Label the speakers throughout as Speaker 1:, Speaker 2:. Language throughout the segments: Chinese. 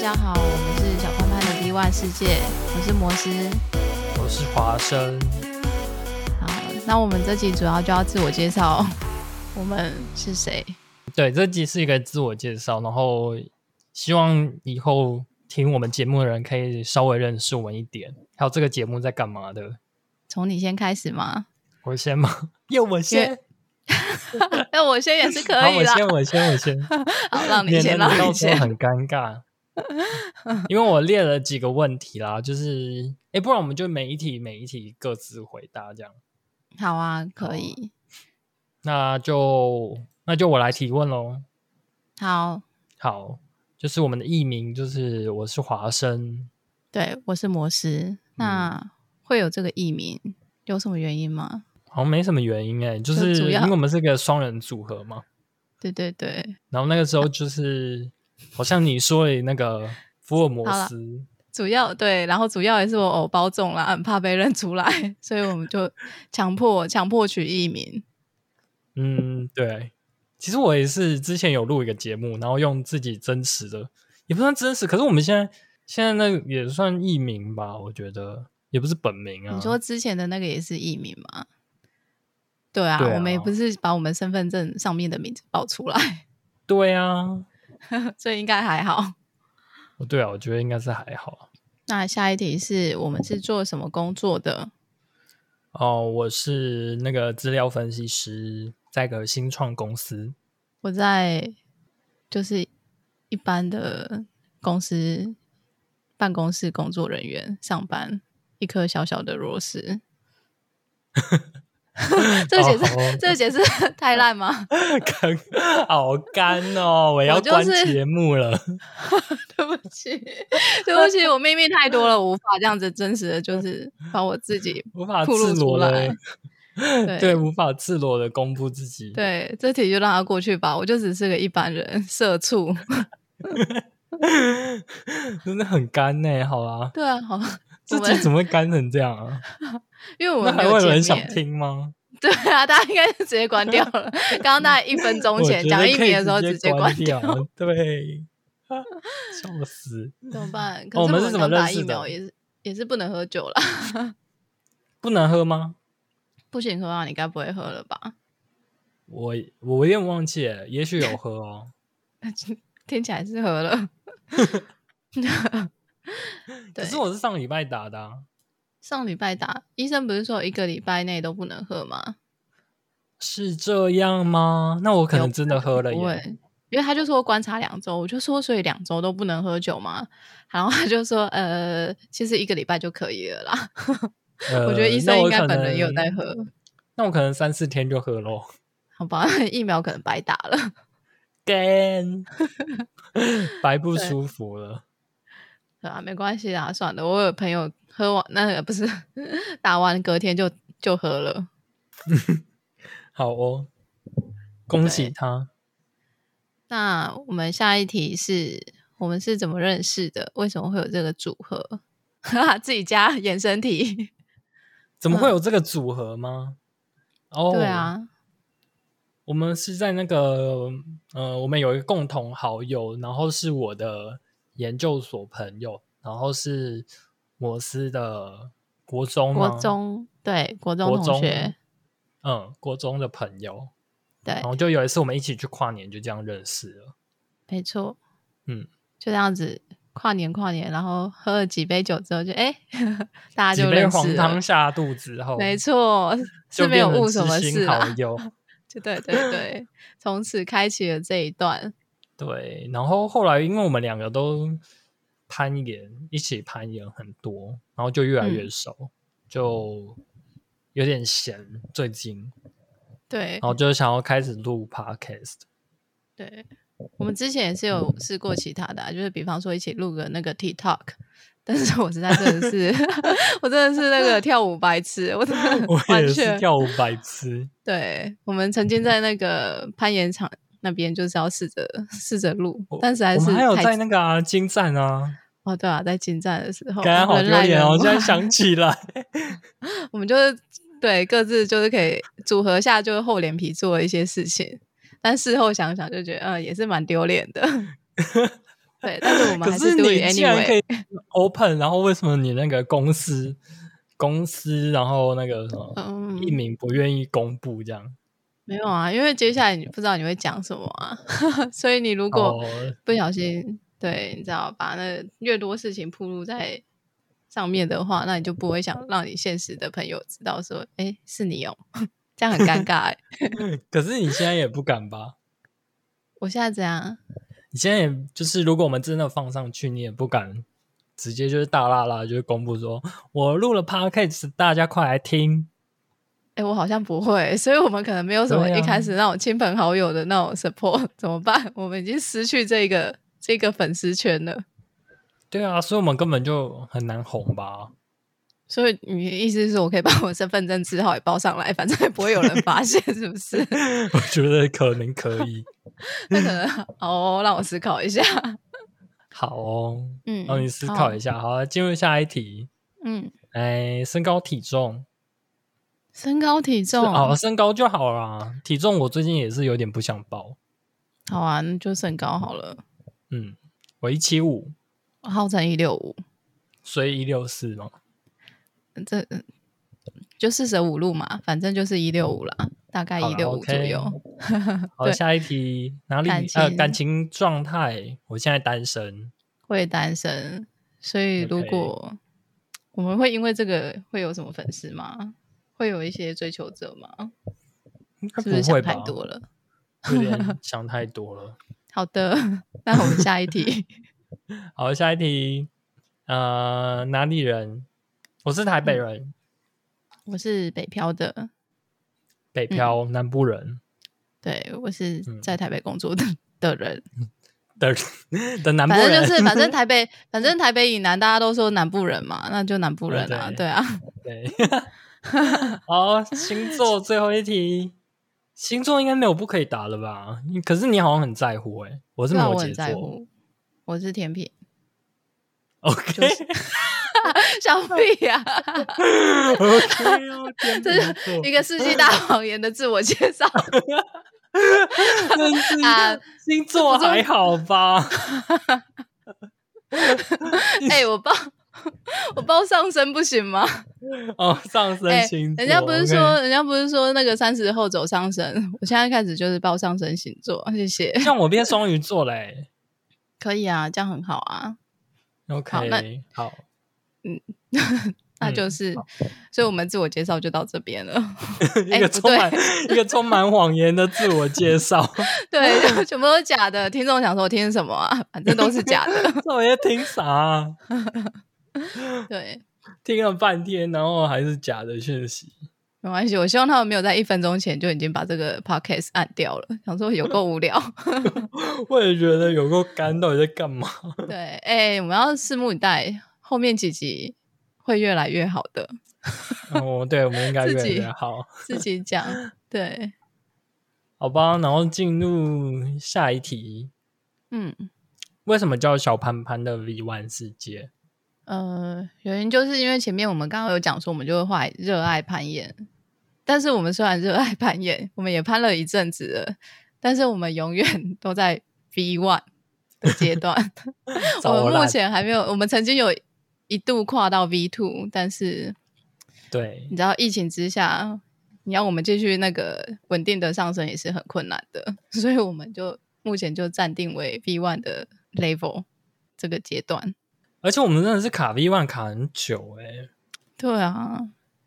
Speaker 1: 家好，我们是小胖胖的 D Y 世界，我是摩斯。
Speaker 2: 我是华生，
Speaker 1: 好，那我们这集主要就要自我介绍， 我们是谁？
Speaker 2: 对，这集是一个自我介绍，然后希望以后听我们节目的人可以稍微认识我们一点，还有这个节目在干嘛的。
Speaker 1: 从你先开始 吗？
Speaker 2: 我先吗？ 要我先，
Speaker 1: 那哎我先也是可
Speaker 2: 好，
Speaker 1: 以
Speaker 2: 我
Speaker 1: 啦。
Speaker 2: 先，我先，我先，
Speaker 1: 好，让 你
Speaker 2: 免
Speaker 1: 先，
Speaker 2: 得
Speaker 1: 让
Speaker 2: 你
Speaker 1: 你
Speaker 2: 到时候
Speaker 1: 先。
Speaker 2: 很尴尬。因为我列了几个问题啦，就是，哎，不然我们就每一题每一题各自回答这样。
Speaker 1: 好啊，可以。
Speaker 2: 那就那就我来提问喽。
Speaker 1: 好，
Speaker 2: 好，就是我们的艺名，就是我是华生，
Speaker 1: 对，我是摩斯。
Speaker 2: 嗯
Speaker 1: 那会有这个艺名，有什么原因吗？
Speaker 2: 好像没什么原因哎、
Speaker 1: 就
Speaker 2: 就
Speaker 1: 是主
Speaker 2: 因
Speaker 1: 要
Speaker 2: 为我们是个双人组合嘛，
Speaker 1: 对对对，
Speaker 2: 然后那个时候就是好像你说的那个福尔摩斯，
Speaker 1: 主要对，然后主要也是我偶包中了，很怕被认出来，所以我们就强迫强迫取艺名。
Speaker 2: 嗯，对。其实我也是之前有录一个节目，然后用自己真实的，也不算真实，可是我们现在现在那个也算艺名吧，我觉得也不是本名啊。
Speaker 1: 你说之前的那个也是艺名吗？对啊，
Speaker 2: 对啊
Speaker 1: 我们也不是把我们身份证上面的名字报出来，
Speaker 2: 对啊，
Speaker 1: 所以应该还好。
Speaker 2: 哦对啊，我觉得应该是还好。
Speaker 1: 那下一题是我们是做什么工作的？
Speaker 2: 哦，我是那个资料分析师，在一个新创公司。
Speaker 1: 我在就是一般的公司办公室工作人员上班，一颗小小的螺丝。 这个解释，
Speaker 2: 哦
Speaker 1: 这个解释太烂吗？
Speaker 2: 干，好干哦！我要
Speaker 1: 我就
Speaker 2: 关
Speaker 1: 是
Speaker 2: 节目 了。
Speaker 1: 对不起， 对不起，我秘密太多了，我无法这样子真实的，
Speaker 2: 嗯
Speaker 1: 就是把我自己
Speaker 2: 无法
Speaker 1: 暴露
Speaker 2: 赤裸
Speaker 1: 出来
Speaker 2: 的，
Speaker 1: 对
Speaker 2: 对，无法赤裸的公布自己。，
Speaker 1: 对这题就让它过去吧，我就只是个一般人，社畜。
Speaker 2: 真的很干呢、好啦，
Speaker 1: 对啊，好，我
Speaker 2: 自己
Speaker 1: 们
Speaker 2: 怎么会干成这样啊？
Speaker 1: 因 为我
Speaker 2: 那
Speaker 1: 们没
Speaker 2: 还会有
Speaker 1: 有
Speaker 2: 人
Speaker 1: 见
Speaker 2: 想
Speaker 1: 面，
Speaker 2: 听吗？
Speaker 1: 对啊，大家应该是直接关掉了。刚刚大概一分钟
Speaker 2: 我觉
Speaker 1: 前
Speaker 2: 得
Speaker 1: 讲一
Speaker 2: 可以
Speaker 1: 名的时候
Speaker 2: 直
Speaker 1: 接
Speaker 2: 关
Speaker 1: 关掉，
Speaker 2: 掉。 对，笑死！
Speaker 1: 怎么办？
Speaker 2: 哦
Speaker 1: 可
Speaker 2: 我
Speaker 1: 是
Speaker 2: 们是
Speaker 1: 们
Speaker 2: 怎么
Speaker 1: 刚打
Speaker 2: 认识
Speaker 1: 疫苗
Speaker 2: 的
Speaker 1: 也是也是不能喝酒啦，
Speaker 2: 不能喝吗？
Speaker 1: 不行喝啊，你该不会喝了吧？
Speaker 2: 我我有点忘记了，也许有喝哦。
Speaker 1: 听起来是喝了。
Speaker 2: 可
Speaker 1: 对，
Speaker 2: 是我是上礼拜打的、啊，
Speaker 1: 上礼拜打，医生不是说一个礼拜内都不能喝吗？
Speaker 2: 是这样吗？那我可能真的喝了
Speaker 1: 不
Speaker 2: 耶。
Speaker 1: 会，因为他就说观察两周，我就说所以两周都不能喝酒嘛，然后他就说呃，其实一个礼拜就可以了啦。
Speaker 2: 呃
Speaker 1: 我觉得医生应该本人也有
Speaker 2: 在
Speaker 1: 在喝，
Speaker 2: 那我可能三四天就 喝咯。
Speaker 1: 好吧，疫苗可能白打了。
Speaker 2: 干，白不舒服了。
Speaker 1: 对啊，没关系啦，算了。我有朋友喝完那个不是 打完隔天就就喝了，
Speaker 2: 好哦，恭喜他。
Speaker 1: 那我们下一题是我们是怎么认识的？为什么会有这个组合？ 自己加衍生题。
Speaker 2: 怎么会有这个组合吗？哦，
Speaker 1: 嗯对，啊，
Speaker 2: 我们是在那个呃，我们有一个共同好友，然后是我的研究所朋友，然后是摩斯的国哦中吗
Speaker 1: 国，中对国中
Speaker 2: 国
Speaker 1: 同
Speaker 2: 中哦
Speaker 1: 学，
Speaker 2: 嗯，国中的朋友，
Speaker 1: 对
Speaker 2: 然，后就有一次我们一起去跨年，就这样认识了。
Speaker 1: 没错，
Speaker 2: 嗯，
Speaker 1: 就这样子跨年跨年，然后喝了几杯酒之后就，哎， 大家
Speaker 2: 几
Speaker 1: 就
Speaker 2: 杯
Speaker 1: 认识
Speaker 2: 黄汤
Speaker 1: 了。
Speaker 2: 下肚之后，
Speaker 1: 没错，
Speaker 2: 就是
Speaker 1: 没有
Speaker 2: 变成
Speaker 1: 误什
Speaker 2: 知
Speaker 1: 么
Speaker 2: 心
Speaker 1: 事啊
Speaker 2: 好
Speaker 1: 啦。
Speaker 2: 友。
Speaker 1: 就对对对，从此开启了这一段。
Speaker 2: 对，然后后来因为我们两个都攀岩，一起攀岩很多，然后就越来越
Speaker 1: 嗯
Speaker 2: 熟，就有点闲最近，
Speaker 1: 对
Speaker 2: 然后就想要开始录 podcast。
Speaker 1: 对，我们之前也是有试过其他的啊、就是比方说一起录个那个 TikTok。但 是我实在真的是， 我真的是那个跳舞白痴，我真的
Speaker 2: 我
Speaker 1: 完
Speaker 2: 也
Speaker 1: 全
Speaker 2: 是跳舞白痴，
Speaker 1: 对，我们曾经在那个攀岩场那边，就是要试着试着录
Speaker 2: 我，
Speaker 1: 但实在
Speaker 2: 我
Speaker 1: 是
Speaker 2: 们还有
Speaker 1: 太
Speaker 2: 在那个啊金站啊，
Speaker 1: 哦，对啊，在进站的时候，
Speaker 2: 感觉好
Speaker 1: 人
Speaker 2: 丢
Speaker 1: 来
Speaker 2: 脸
Speaker 1: 人
Speaker 2: 哦！
Speaker 1: 往
Speaker 2: 我现在想起来，
Speaker 1: 我们就是对各自就是可以组合下，就是厚脸皮呃 做了一些事情，但事后想想就觉得，嗯、也是蛮丢脸的。对，但是我们
Speaker 2: 可
Speaker 1: 还
Speaker 2: 是
Speaker 1: do
Speaker 2: 你
Speaker 1: it
Speaker 2: 既然可
Speaker 1: anyway。
Speaker 2: 以 open，然后为什么你那个公司公司，然后那个什么、
Speaker 1: 嗯，
Speaker 2: 一名不愿意公布这样？
Speaker 1: 没有啊，因为接下来你不知道你会讲什么啊， 所以你如果
Speaker 2: 哦，
Speaker 1: 不小心，对，你知道，把那越多事情铺露在上面的话，那你就不会想让你现实的朋友知道说，哎，是你哦， 这样很尴尬、欸。
Speaker 2: 可是你现在也不敢吧？
Speaker 1: 我现在怎样？
Speaker 2: 你现在也就是，如果我们真的放上去，你也不敢直接就是大啦啦，就是公布说我录了 podcast，大家快来听。
Speaker 1: 哎、我好像不会，所以我们可能没有什么
Speaker 2: 对啊
Speaker 1: 一开始那种亲朋好友的那种 support，怎么办？我们已经失去这个这个粉丝圈了。
Speaker 2: 对啊，所以我们根本就很难红吧？
Speaker 1: 所以你的意思是我可以把我身份证字号也报上来，反正也不会有人发现，是不是？
Speaker 2: 我觉得可能可以。
Speaker 1: 那可能好哦，让我思考一下。
Speaker 2: 好哦，
Speaker 1: 嗯，
Speaker 2: 让你思考一
Speaker 1: 下。
Speaker 2: 下。好啊，进入下一题。
Speaker 1: 嗯，
Speaker 2: 哎，身高体重
Speaker 1: 身高体重，
Speaker 2: 哦，身高就好啦。体重我最近也是有点不想报。
Speaker 1: 好啊，那就身高好了，
Speaker 2: 嗯，我一七五，
Speaker 1: 号称一六五，
Speaker 2: 所以一六四嘛。
Speaker 1: 这就四舍五入嘛，反正就是一六五啦，大概一六五左右。
Speaker 2: 好，
Speaker 1: 对
Speaker 2: 下一题哪里？
Speaker 1: 感
Speaker 2: 呃，
Speaker 1: 情
Speaker 2: 感情状态，我现在单身。
Speaker 1: 会单身，所以如
Speaker 2: OK
Speaker 1: 果我们会因为这个会有什么粉丝吗？会有一些追求者吗？
Speaker 2: 应该
Speaker 1: 是不是
Speaker 2: 会
Speaker 1: 想
Speaker 2: 吧？
Speaker 1: 太多了？
Speaker 2: 有点想太多了。
Speaker 1: 好的， 那我们下一题。
Speaker 2: 好，下一题，呃，哪里人？我是台北人，
Speaker 1: 嗯我是北漂的，
Speaker 2: 北漂、
Speaker 1: 嗯
Speaker 2: 南部人
Speaker 1: 对我是
Speaker 2: 嗯
Speaker 1: 在台北工作的的人，
Speaker 2: 的 的南部
Speaker 1: 反
Speaker 2: 人，
Speaker 1: 正就是反 正台北，反正台北以南大家都说南部人嘛，那就南部人啊，
Speaker 2: 嗯对
Speaker 1: 对啊，
Speaker 2: 对。 好，星座最后一题，星座应该没有不可以答了吧？可是你好像很在乎哎、我是
Speaker 1: 对啊，
Speaker 2: 摩
Speaker 1: 我
Speaker 2: 羯
Speaker 1: 很在
Speaker 2: 座。
Speaker 1: 乎，我是甜品，
Speaker 2: OK
Speaker 1: 就是小屁啊呀、
Speaker 2: OK 哦，天
Speaker 1: 这
Speaker 2: 秤
Speaker 1: 是
Speaker 2: 座
Speaker 1: 一个世纪大谎言的自我介 绍。
Speaker 2: 但是
Speaker 1: 啊
Speaker 2: 星座还好吧？
Speaker 1: 哎、我报 我报上升不行吗？
Speaker 2: 哦，上
Speaker 1: 哎、
Speaker 2: 升星座，
Speaker 1: 人家不是
Speaker 2: OK
Speaker 1: 说，人家不是说那个三十后走上升， 我现在开始就是报上升星座，谢谢。
Speaker 2: 像我变双鱼座欸嘞
Speaker 1: 可以啊，这样很好啊。 好那
Speaker 2: ？OK，好，
Speaker 1: 那
Speaker 2: 嗯
Speaker 1: 就是，所以我们自我介绍就到这边 了。
Speaker 2: 一个
Speaker 1: 哎不
Speaker 2: 充
Speaker 1: 对
Speaker 2: 满一个充满谎言的自我介绍，
Speaker 1: 对， 就全部都假的。听众想说我听什么啊？反正都是假的。
Speaker 2: 这我要听啥啊？
Speaker 1: 对，
Speaker 2: 听了半天，然后还是假的讯息。
Speaker 1: 没关系。我希望他们没有在一分钟前就已经把这个 podcast 按掉了。想说有够无聊。
Speaker 2: 我也觉得有够干，到底在 干嘛？
Speaker 1: 对，哎、我们要拭目以待，后面几集会越来越好的。
Speaker 2: 哦，对，我们应该越来
Speaker 1: 自己
Speaker 2: 越好，
Speaker 1: 自己讲，对，
Speaker 2: 好吧？然后进入下一题，
Speaker 1: 嗯。
Speaker 2: 为什么叫小潘潘的 V One 世界？
Speaker 1: 呃，原因就是因为前面我们刚刚有讲说，我们就会坏热爱攀岩，但是我们虽然热爱攀岩，我们也攀了一阵子了，但是我们永远都在 V one 的阶段。 我
Speaker 2: 糟
Speaker 1: 们目
Speaker 2: 烂
Speaker 1: 前还没有，我们曾经有一度跨到 V two，但是
Speaker 2: 对
Speaker 1: 你知道疫情之下，你要我们继续那个稳定的上升也是很困难的， 所以我们就目前就暂定为 V one 的 level 这个阶段。
Speaker 2: 而且我们真的是卡 V One 卡很久哎、
Speaker 1: 对啊，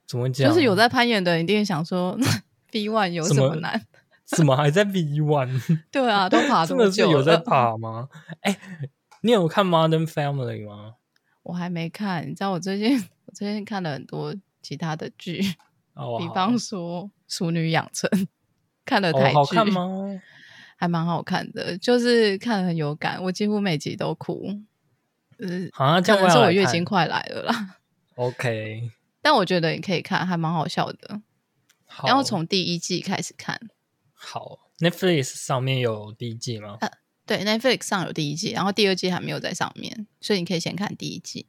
Speaker 2: 怎么讲？
Speaker 1: 就是有在 攀岩的人一定想说 ，B one 有什
Speaker 2: 啊什
Speaker 1: 么
Speaker 2: 么
Speaker 1: 难？
Speaker 2: 怎么还在 V One？
Speaker 1: 对啊，都爬
Speaker 2: 真
Speaker 1: 多
Speaker 2: 的是
Speaker 1: 久了？
Speaker 2: 有在爬吗？哎、你有看 Modern Family 吗？
Speaker 1: 我还没看，你知道我最近我最近看了很多其他的剧，
Speaker 2: 哦，
Speaker 1: 比
Speaker 2: 好
Speaker 1: 方说《熟女养成》， 看了台
Speaker 2: 哦，
Speaker 1: 剧，
Speaker 2: 好看？吗？
Speaker 1: 还蛮好看的，就是看了很有感，我几乎每集都哭。嗯，
Speaker 2: 好像这
Speaker 1: 可
Speaker 2: 样
Speaker 1: 能是
Speaker 2: 要
Speaker 1: 我
Speaker 2: 来
Speaker 1: 月
Speaker 2: 看
Speaker 1: 经。快来了啦，
Speaker 2: OK，
Speaker 1: 但我觉得你可以看，还蛮好笑的。
Speaker 2: 好，
Speaker 1: 然后从第一季开始看，
Speaker 2: 好 Netflix 上面有第一季吗？
Speaker 1: 对，Netflix 上有第一季，然后第二季还没有在上面，所以你可以先看第一季。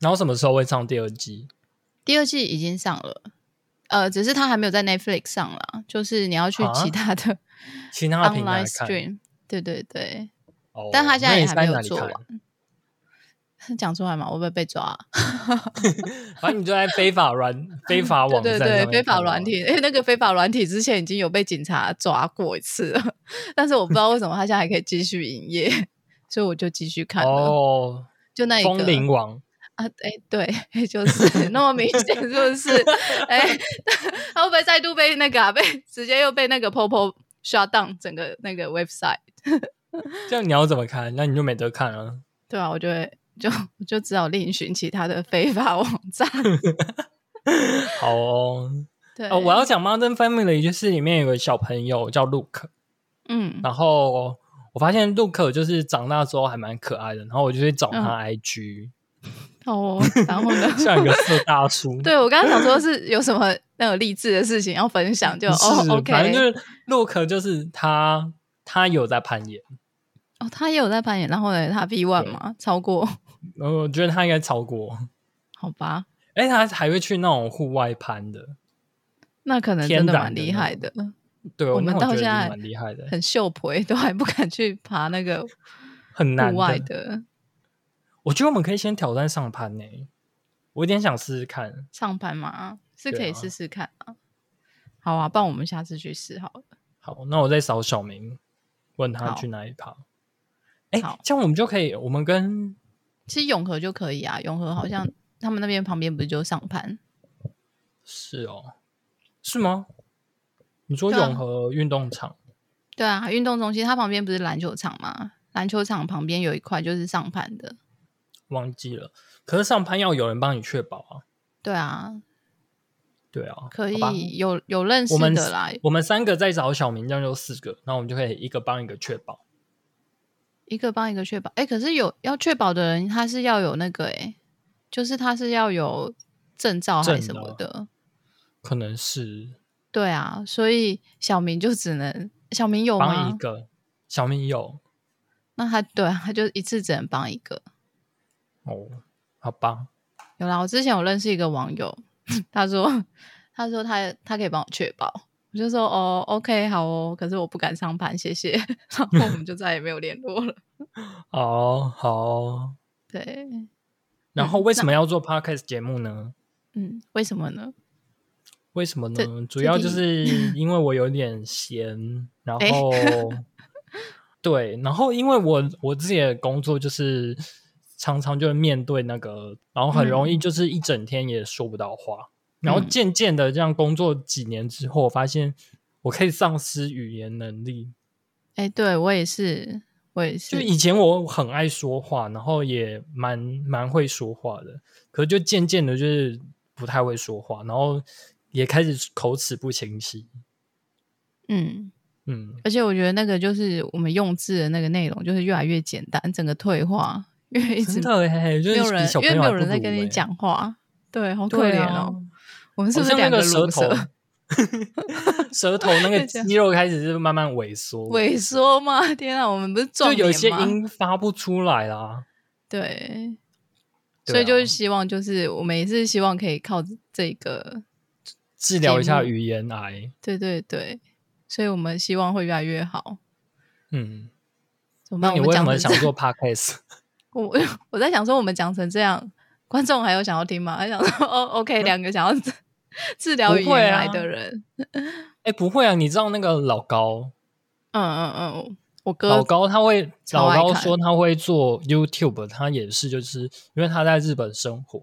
Speaker 2: 然后什么时候会上第二季？
Speaker 1: 第二季已经上了，呃，只是它还没有在 Netflix 上啦，就是你要去
Speaker 2: 啊
Speaker 1: 其他的
Speaker 2: 其他的平台
Speaker 1: online
Speaker 2: 看。
Speaker 1: stream。对对对，
Speaker 2: 哦，
Speaker 1: 但他现在
Speaker 2: 那
Speaker 1: 也
Speaker 2: 你
Speaker 1: 还
Speaker 2: 在
Speaker 1: 没有
Speaker 2: 哪里
Speaker 1: 做
Speaker 2: 看
Speaker 1: 完 讲出来嘛，我会不会被抓啊、
Speaker 2: 反正你就在非 法软非法网
Speaker 1: 对
Speaker 2: 站
Speaker 1: 对
Speaker 2: 上
Speaker 1: 对，
Speaker 2: 面
Speaker 1: 非法
Speaker 2: 看到
Speaker 1: 软体，哎、那个非法软体之前已经有被警察抓过一次了，但是我不知道为什么他现在还可以继续营业，所以我就继续看了。
Speaker 2: 哦，
Speaker 1: 就那一
Speaker 2: 风
Speaker 1: 个
Speaker 2: 铃王
Speaker 1: 啊，哎、对， 就是那么明显，是不是？哎、 他会不会再度被那个啊，被直接又被那个 Popo shut down 整个那个 website？
Speaker 2: 这样你要怎么看？那你就没得看了、
Speaker 1: 对啊，我就会就我就只好另寻其他的非法网站。
Speaker 2: 好哦，
Speaker 1: 对，
Speaker 2: 哦，我要讲《Modern Family》，就是里面有个小朋友叫 Luke，
Speaker 1: 嗯
Speaker 2: 然后我发现 Luke 就是长大之后还蛮可爱的，然后我就去找
Speaker 1: 嗯
Speaker 2: 他 IG，、
Speaker 1: 好哦，然后呢？
Speaker 2: 像一个色大叔。
Speaker 1: 对，我刚刚想说是有什么那种励志的事情要分享，就哦
Speaker 2: 嗯是
Speaker 1: ，OK，
Speaker 2: 反正就是 Luke，就是他，他有在攀岩，
Speaker 1: 哦，他也有在攀岩，然后呢，他 B one
Speaker 2: 对
Speaker 1: 嘛，超过，
Speaker 2: 呃我觉得他应该超过，
Speaker 1: 好吧，
Speaker 2: 哎，他还会去那种户外攀的，
Speaker 1: 那可能
Speaker 2: 天
Speaker 1: 真的
Speaker 2: 然
Speaker 1: 蛮
Speaker 2: 的
Speaker 1: 厉
Speaker 2: 那
Speaker 1: 害的
Speaker 2: 种，对，
Speaker 1: 我们
Speaker 2: 那
Speaker 1: 到
Speaker 2: 觉得
Speaker 1: 现
Speaker 2: 已
Speaker 1: 在
Speaker 2: 经蛮厉害的，
Speaker 1: 很秀婆，都还不敢去爬那个
Speaker 2: 很难
Speaker 1: 户外
Speaker 2: 的。
Speaker 1: 的
Speaker 2: 我觉得我们可以先挑战上攀呢、我有点想试试看。
Speaker 1: 上攀嘛，是
Speaker 2: 对
Speaker 1: 可以
Speaker 2: 啊
Speaker 1: 试试看啊。好啊，不然我们下次去试好了。
Speaker 2: 好，那我再扫小明，问他
Speaker 1: 好
Speaker 2: 去哪里爬。哎
Speaker 1: 好，
Speaker 2: 这样我们就可以，我们跟
Speaker 1: 其实永和就可以啊，永和好像他们那边旁边不是就上攀，
Speaker 2: 是哦，是吗？你说
Speaker 1: 对啊
Speaker 2: 永和运动场，
Speaker 1: 对啊，运动中心它旁边不是篮球场吗？篮球场旁边有一块就是上攀的，
Speaker 2: 忘记了。可是上攀要有人帮你确保啊。
Speaker 1: 对啊，
Speaker 2: 对啊，
Speaker 1: 可
Speaker 2: 好吧
Speaker 1: 以有有认识
Speaker 2: 我们
Speaker 1: 的啦，
Speaker 2: 我们三个再找小明，这样就四个，那我们就可以一个帮一个确保。
Speaker 1: 一个帮一个确保。哎、可是有要确保的人，他是要有那个哎、就是他是要有证照还
Speaker 2: 证
Speaker 1: 是什么
Speaker 2: 的
Speaker 1: 的。
Speaker 2: 可能是
Speaker 1: 对啊，所以小明就只能小明有
Speaker 2: 帮一
Speaker 1: 吗？
Speaker 2: 个，小明有
Speaker 1: 那他对、啊，他就一次只能帮一个。
Speaker 2: 哦，好吧，
Speaker 1: 有啦，我之前有认识一个网友，他说 他说他他可以帮我确保，我就说哦，OK，好哦，可是我不敢上班，谢谢。 然后我们就再也没有联络了。
Speaker 2: 哦，好。
Speaker 1: 对，
Speaker 2: 然后为什么要做 podcast 节目呢？
Speaker 1: 嗯，为什么呢？
Speaker 2: 为什么
Speaker 1: 这
Speaker 2: 呢？主要就是因为我有 点闲，然
Speaker 1: 哎
Speaker 2: 后 对，然后因为我我自己的工作就是常常就会面对那个，然后很容易就是一整天也说不到话，然后
Speaker 1: 嗯
Speaker 2: 渐渐的这样工作几年之后，我发现我可以丧失语言能力。
Speaker 1: 哎、对我也是，我也是
Speaker 2: 就，以前我很爱说话，然后也蛮蛮会说话的，可是就渐渐的就是不太会说话，然后也开始口齿不清晰。
Speaker 1: 嗯。
Speaker 2: 嗯，
Speaker 1: 而且我觉得那个就是我们用字的那个内容，就是越来越简单，整个退化，因为一直
Speaker 2: 真的哎，就
Speaker 1: 没
Speaker 2: 是
Speaker 1: 有人
Speaker 2: 比小，
Speaker 1: 因
Speaker 2: 朋
Speaker 1: 为没
Speaker 2: 友还
Speaker 1: 有
Speaker 2: 不
Speaker 1: 人在
Speaker 2: 如
Speaker 1: 跟你
Speaker 2: 欸，
Speaker 1: 讲话，对，好可
Speaker 2: 对
Speaker 1: 怜
Speaker 2: 啊
Speaker 1: 哦。，我们是
Speaker 2: 好
Speaker 1: 不是
Speaker 2: 像那
Speaker 1: 两
Speaker 2: 个舌
Speaker 1: 乳
Speaker 2: 头啊
Speaker 1: 舌
Speaker 2: 舌头那
Speaker 1: 就
Speaker 2: 个
Speaker 1: 这样
Speaker 2: 肌肉开始是慢慢萎缩，
Speaker 1: 萎缩吗？ 天啊，我们不是
Speaker 2: 就
Speaker 1: 壮
Speaker 2: 有一些
Speaker 1: 年吗？
Speaker 2: 音发不出来啦。
Speaker 1: 对，
Speaker 2: 对
Speaker 1: 所以就是
Speaker 2: 啊
Speaker 1: 希望，就是我们也是希望可以靠这个，
Speaker 2: 治疗一下
Speaker 1: 节目
Speaker 2: 语言癌，
Speaker 1: 对对对，所以我们希望会越来越好。
Speaker 2: 嗯，
Speaker 1: 怎么
Speaker 2: 那
Speaker 1: 办？
Speaker 2: 你
Speaker 1: 我们
Speaker 2: 为什
Speaker 1: 讲
Speaker 2: 么
Speaker 1: 成
Speaker 2: 想
Speaker 1: 这样
Speaker 2: 做 podcast？
Speaker 1: 我我在想说，我们讲成这样，观众还有想要听吗？还想说哦，OK，两 个想要治治疗语
Speaker 2: 不会
Speaker 1: 言
Speaker 2: 啊
Speaker 1: 癌的人，
Speaker 2: 哎，不会啊，你知道那个老高，
Speaker 1: 嗯嗯嗯，我
Speaker 2: 老
Speaker 1: 哥
Speaker 2: 高他会，
Speaker 1: 超
Speaker 2: 老
Speaker 1: 爱
Speaker 2: 高
Speaker 1: 看
Speaker 2: 说他会做 YouTube，他也是，就是因为他在日本生活，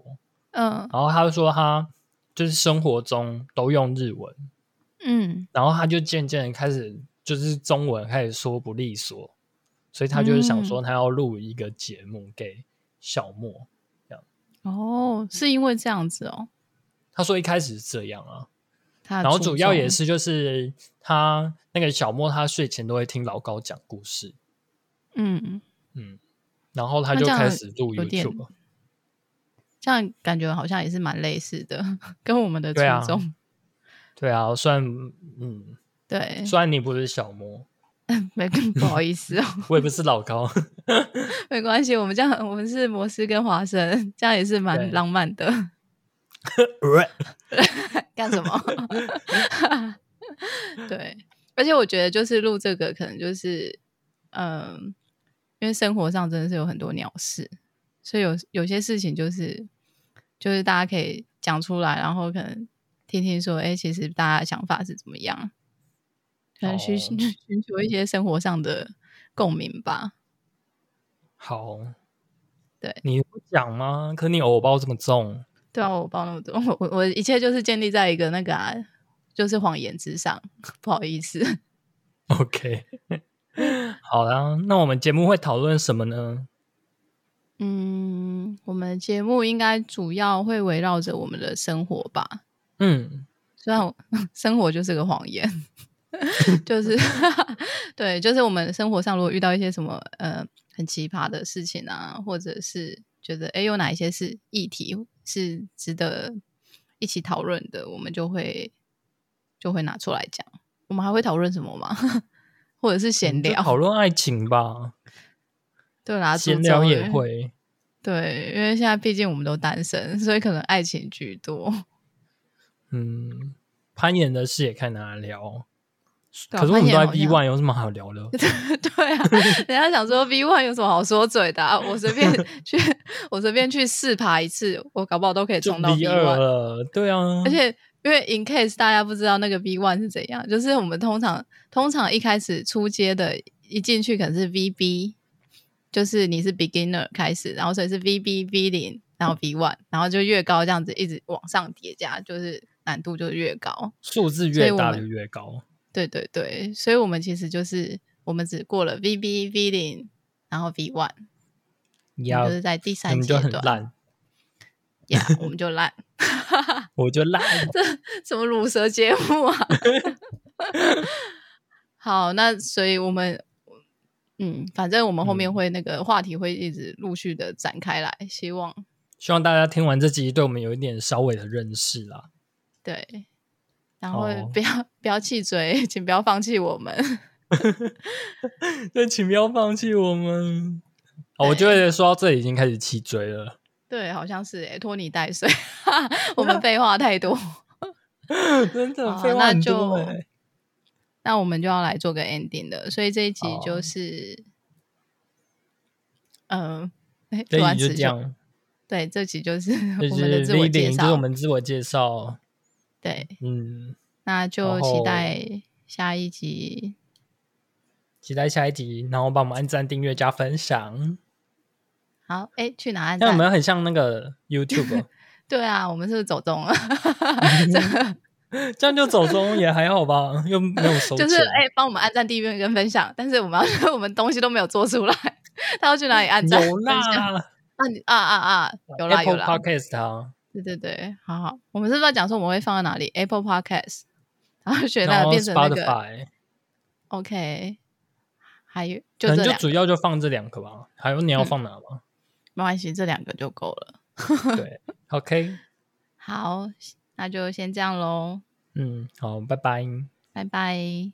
Speaker 1: 嗯
Speaker 2: 然后他就说他就是生活中都用日文，
Speaker 1: 嗯，
Speaker 2: 然后他就渐渐地开始就是中文开始说不利索，所以他就是
Speaker 1: 嗯
Speaker 2: 想说他要录一个节目给小莫。
Speaker 1: 哦，是因为这样子哦，
Speaker 2: 他说一开始是这样啊，
Speaker 1: 他的
Speaker 2: 然后
Speaker 1: 初
Speaker 2: 主要
Speaker 1: 衷
Speaker 2: 也是就是他那个小莫，他睡前都会听老高讲故事，
Speaker 1: 嗯，
Speaker 2: 嗯，然后他
Speaker 1: 那
Speaker 2: 就
Speaker 1: 这样
Speaker 2: 开始录
Speaker 1: 有点
Speaker 2: YouTube，
Speaker 1: 这样感觉好像也是蛮类似的，跟我们的初
Speaker 2: 对啊
Speaker 1: 衷
Speaker 2: 对啊，虽然嗯，
Speaker 1: 对，
Speaker 2: 虽然你不是小莫，
Speaker 1: 没不好意思哦，
Speaker 2: 我也不是老高，
Speaker 1: 没关系，我们这样我们是摩斯跟华生，这样也是蛮
Speaker 2: 对
Speaker 1: 浪漫的。干什么？ 对，而且我觉得就是录这个，可能就是嗯、因为生活上真的是有很多鸟事，所以有有些事情就是就是大家可以讲出来，然后可能听听说，哎、其实大家的想法是怎么样，可能寻
Speaker 2: 哦
Speaker 1: 寻 寻求一些生活上的共鸣吧。
Speaker 2: 好，
Speaker 1: 对
Speaker 2: 你会讲吗？可你偶包这么重，
Speaker 1: 对啊，我包那么多， 我我我一切就是建立在一个那个、啊、就是谎言之上，不好意思。
Speaker 2: OK，好啦，那我们节目会讨论什么呢？
Speaker 1: 嗯，我们的节目应该主要会围绕着我们的生活吧。
Speaker 2: 嗯，
Speaker 1: 虽然我生活就是个谎言， 就是 对，就是我们生活上如果遇到一些什么呃很奇葩的事情啊，或者是觉得诶有哪一些是议题是值得一起讨论的，我们就会就会拿出来讲。我们还会讨论什么吗？ 或者是闲
Speaker 2: 就讨
Speaker 1: 聊？
Speaker 2: 论爱情吧，
Speaker 1: 对啦，
Speaker 2: 闲
Speaker 1: 诅
Speaker 2: 聊
Speaker 1: 咒
Speaker 2: 也
Speaker 1: 人
Speaker 2: 会。
Speaker 1: 对，因为现在毕竟我们都单身，所以可能爱情居多。
Speaker 2: 嗯，攀岩的事也看拿来聊，
Speaker 1: 对啊
Speaker 2: 可是我们
Speaker 1: 攀
Speaker 2: 都
Speaker 1: 岩
Speaker 2: 在
Speaker 1: 好像
Speaker 2: B one，有什么好聊 的？
Speaker 1: 对啊，人家想说 V One 有什么好说嘴的啊、我随 便去，我随便去试爬一次，我搞不好都可以
Speaker 2: 就
Speaker 1: 冲到 V
Speaker 2: B 二
Speaker 1: One。
Speaker 2: 了，对啊，
Speaker 1: 而且因为 in case 大家不知道那个 V One 是怎样，就是我们通常通常一开始出街的，一进去可能是 VB，就是你是 beginner 开始，然后所以是 VB V 零，然后 V One，然后就越高这样子一直往上叠加，就是难度就越高。
Speaker 2: 数字
Speaker 1: 所以
Speaker 2: 越
Speaker 1: 我
Speaker 2: 大
Speaker 1: 们
Speaker 2: 就越高。
Speaker 1: 对对对，所以我们其实就是我们只过了 VB V 零，然后 V one，
Speaker 2: 你
Speaker 1: 就
Speaker 2: 要
Speaker 1: 是在第
Speaker 2: 你
Speaker 1: 三
Speaker 2: 们
Speaker 1: 阶
Speaker 2: 就很
Speaker 1: 段，
Speaker 2: 烂，
Speaker 1: 呀我们就烂，
Speaker 2: 我就烂。
Speaker 1: 什么乳蛇节目啊？ 好，那所以我们，嗯，反正我们后面
Speaker 2: 嗯
Speaker 1: 会那个话题会一直陆续的展开来，希望
Speaker 2: 希望大家听完这集，对我们有一点稍微的认识 啦。
Speaker 1: 对，然后
Speaker 2: 哦
Speaker 1: 不要、不要气嘴，请不要放弃我们。
Speaker 2: 对，请不要放弃我们。哦，我觉
Speaker 1: 对
Speaker 2: 得说到这里已经开始起追了。
Speaker 1: 对，好像是诶、欸拖泥带水， 我们废话太多。
Speaker 2: 真的
Speaker 1: 好
Speaker 2: 废
Speaker 1: 哦
Speaker 2: 话
Speaker 1: 那
Speaker 2: 很
Speaker 1: 就
Speaker 2: 多、欸。
Speaker 1: 那我们就要来做个 ending 了，所以这一集
Speaker 2: 好啊
Speaker 1: 就是，嗯、呃，
Speaker 2: 这
Speaker 1: 突然
Speaker 2: 一集
Speaker 1: 词
Speaker 2: 就这
Speaker 1: 穷，
Speaker 2: 样，
Speaker 1: 对，这集就是
Speaker 2: 就
Speaker 1: 我们的
Speaker 2: 是
Speaker 1: 自我
Speaker 2: V
Speaker 1: 介
Speaker 2: 零，就是
Speaker 1: 绍，
Speaker 2: 我们自我介绍。
Speaker 1: 对，
Speaker 2: 嗯，
Speaker 1: 那就
Speaker 2: 然
Speaker 1: 期
Speaker 2: 后
Speaker 1: 待下一集，
Speaker 2: 期待下一集，然后帮我们按赞、订阅、加分享。
Speaker 1: 好，哎，去哪按
Speaker 2: 那我
Speaker 1: 赞？
Speaker 2: 们很像那个 YouTube，哦
Speaker 1: 对啊，我们是不是走中了？
Speaker 2: 这样就走中也还好吧，又没有收钱。
Speaker 1: 就是哎，帮我们按赞、订阅跟分享，但是我们要 我们东西都没有做出来，他要去哪里按赞？
Speaker 2: 有
Speaker 1: 分享
Speaker 2: 啦
Speaker 1: 啊你啊啊啊，有啦有
Speaker 2: ，Apple
Speaker 1: 啦
Speaker 2: Podcast 啊，
Speaker 1: 对对对，好好，我们是不是要讲说我们会放在哪里？Apple Podcast，然后选
Speaker 2: 然
Speaker 1: 那个
Speaker 2: 后
Speaker 1: 变成那个
Speaker 2: Spotify，
Speaker 1: OK，还有就
Speaker 2: 可
Speaker 1: 这
Speaker 2: 能就
Speaker 1: 两个嗯
Speaker 2: 主要就放这两个吧。还有你要放哪吗？
Speaker 1: 没关系，这两个就够了。
Speaker 2: 对，OK，
Speaker 1: 好，那就先这样喽，
Speaker 2: 嗯，好，拜拜。
Speaker 1: 拜拜。